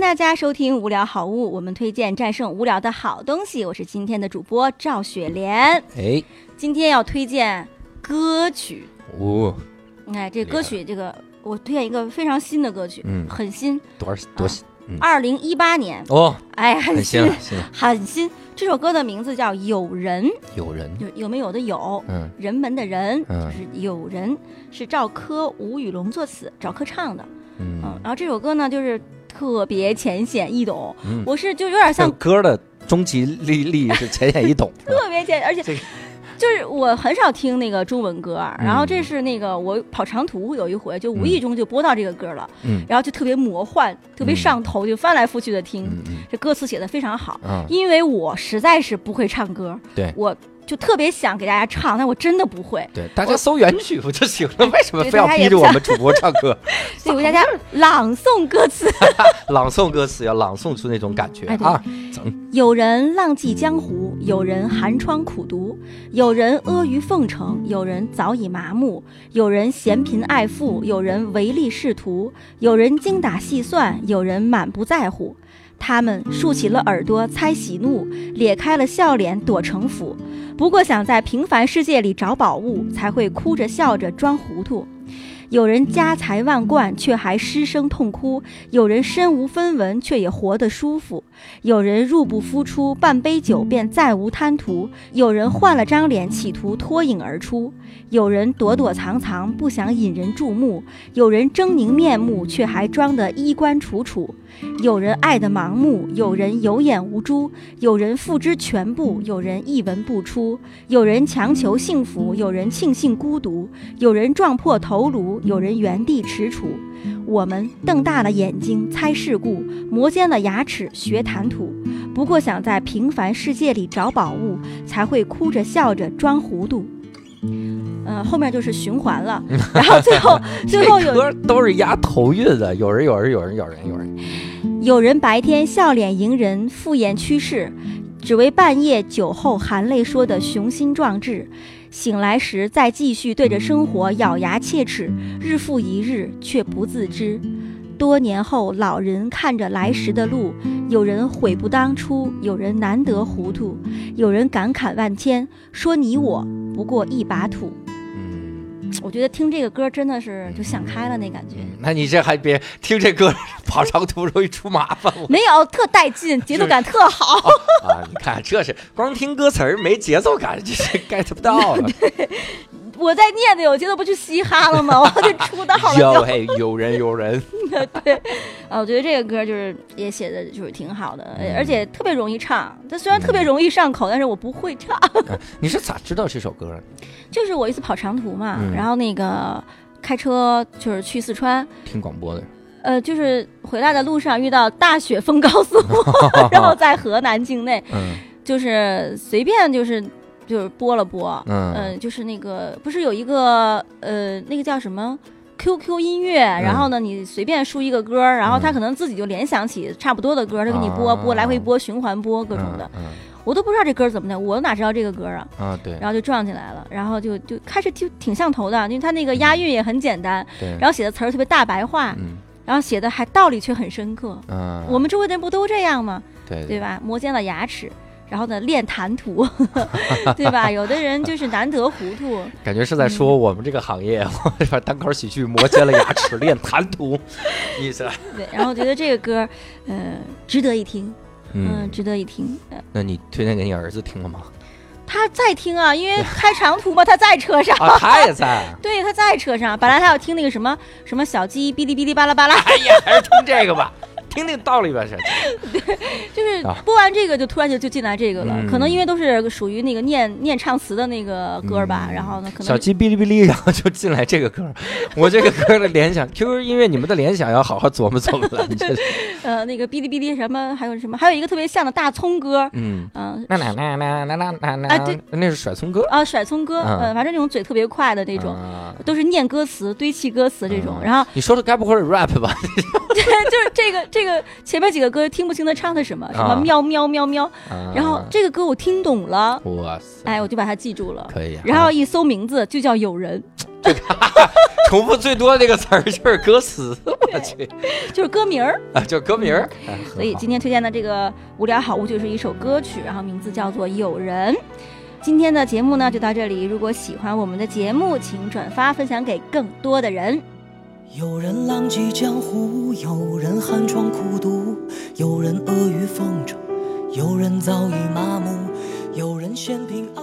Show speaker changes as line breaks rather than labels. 大家收听《无聊好物》，我们推荐战胜无聊的好东西。我是今天的主播赵雪莲，
哎，
今天要推荐歌曲。
哦，
哎，这
厉害
歌曲这个我推荐一个非常新的歌曲，
嗯
很新，
多少多
哎
少嗯
二零一八年，
哦，
哎，很
很新
新，
了，新啊了，
很新。这首歌的名字叫《有人》，
有人，
有有没有的有，
嗯
人们的人，就
嗯
是有人，是赵柯、吴宇龙作词，赵柯唱的。嗯，
嗯
然后这首歌呢，就是特别浅显易懂，
嗯，
我是就有点像
这歌的终极利利是浅显 易懂，是吧
特别简，而且
这个
就是我很少听那个中文歌儿，
嗯
然后这是那个我跑长途有一回就无意中就播到这个歌了，
嗯
然后就特别魔幻，特别上头，就翻来覆去的听，
嗯嗯
这歌词写的非常好，
啊，
因为我实在是不会唱歌，
对
我就特别想给大家唱，但我真的不会，
对，大家搜原曲不就行了？为什么
对
非要
大家也
逼着
不
我们主播唱歌？
所以我给大家朗诵歌词。
朗诵歌词要朗诵出那种感觉
哎对
啊！
有人浪迹江湖，有人寒窗苦读，有人阿谀奉承，有人早已麻木，有人嫌贫爱富，有人唯利是图，有人精打细算，有人满不在乎。他们竖起了耳朵猜喜怒，咧开了笑脸躲城府。不过想在平凡世界里找宝物，才会哭着笑着装糊涂。有人家财万贯，却还失声痛哭；有人身无分文，却也活得舒服。有人入不敷出，半杯酒便再无贪图；有人换了张脸，企图脱颖而出；有人躲躲藏藏，不想引人注目；有人狰狞面目，却还装得衣冠楚楚；有人爱得盲目，有人有眼无珠；有人付之全部，有人一文不出；有人强求幸福，有人庆幸孤独；有人撞破头颅，有人原地踟蹰。我们瞪大了眼睛猜世故，磨尖了牙齿学谈吐。不过想在平凡世界里找宝物，才会哭着笑着装糊涂。呃，后面就是循环了，然后最后最后
这
有
歌都是押头韵的，有人有人有人有人有人，
有人白天笑脸迎人，敷衍趋势，只为半夜酒后含泪说的雄心壮志。醒来时再继续对着生活咬牙切齿，日复一日却不自知。多年后，老人看着来时的路，有人悔不当初，有人难得糊涂，有人感慨万千，说你我不过一把土。
嗯，
我觉得听这个歌真的是就想开了那感觉，
嗯那你这还别听这歌，跑长途容易出麻烦。我
没有特带劲，节奏感特好。
啊，你看这是光听歌词儿没节奏感，这是 get 不到啊了。
我在念的，我觉得不就嘻哈了 吗？我就出道了
有
就。
嘿，有人有人，
啊，我觉得这个歌就是也写的就是挺好的，
嗯
而且特别容易唱。它虽然特别容易上口，但是我不会唱。
你是咋知道这首歌的？
就是我一次跑长途嘛，
嗯
然后那个开车就是去四川，
听广播的，
呃，就是回来的路上遇到大雪封高 速，然后在河南境内
嗯
就是随便就是就是播了播，嗯、
嗯
就是那个不是有一个呃那个叫什么 QQ 音乐，
嗯
然后呢你随便输一个歌儿，然后他可能自己就联想起差不多的歌儿，他给你播
啊
播来回播循环播各种的，
嗯
我都不知道这歌儿怎么的，我哪知道这个歌儿啊？
嗯啊，对
然后就撞进来了，然后就就开始就挺上头的，因为他那个押韵也很简单，
嗯对，
然后写的词儿特别大白话，
嗯
然后写的还道理却很深刻。
嗯，
我们周围的人不都这样吗？
对
对吧？磨尖了牙齿，然后呢练谈吐， 对吧？有的人就是难得糊涂，
感觉是在说
嗯
我们这个行业，这边单口喜剧磨尖了牙齿练谈吐， 意思。
对。然后我觉得这个歌，呃，值得一听，嗯，，值得一听。呃
那你推荐给你儿子听了 吗？
他在听啊，因为开长途嘛，他在车上。。
啊，他也在
对，他在车上。本来他要听那个什么什么小鸡哔哩哔哩巴拉巴拉，
哎呀，还是听这个吧，听听道理吧，是。
就是
啊
播完这个就突然就就进来这个了。
嗯
可能因为都是属于那个念念唱词的那个歌吧，
嗯
然后呢，可
小
能
鸡哔哩哔哩，然后就进来这个歌儿，我这个歌儿的联想 ，QQ 音乐你们的联想要好好琢磨琢磨了。你这是，
呃那个哔哩哔哩什么，还有什么，还有一个特别像的大葱歌，
嗯，
嗯、
那那那那那那那
啊对
那，那是甩葱歌
啊，甩葱歌，
嗯
呃，反正那种嘴特别快的那种，
啊
都是念歌词、堆砌歌词这种。
嗯
然后
你说的该不会是 rap 吧？
就是这个这个前面几个歌听不清他唱的什么，什么
啊
喵喵喵喵，然后
啊
这个歌我听懂了，哎
哇塞，
哎，我就把它记住了。
可以啊。
然后一搜名字就叫有人，
这个重复最多这个词儿就是歌词，我去
就是歌名儿。
啊，叫歌名儿。 哎
所以
很好
今天推荐的这个无聊好物就是一首歌曲，然后名字叫做《有人》。今天的节目呢就到这里，如果喜欢我们的节目，请转发分享给更多的人。
有人浪迹江湖，有人寒窗苦读，有人阿谀奉承，有人早已麻木，有人嫌贫爱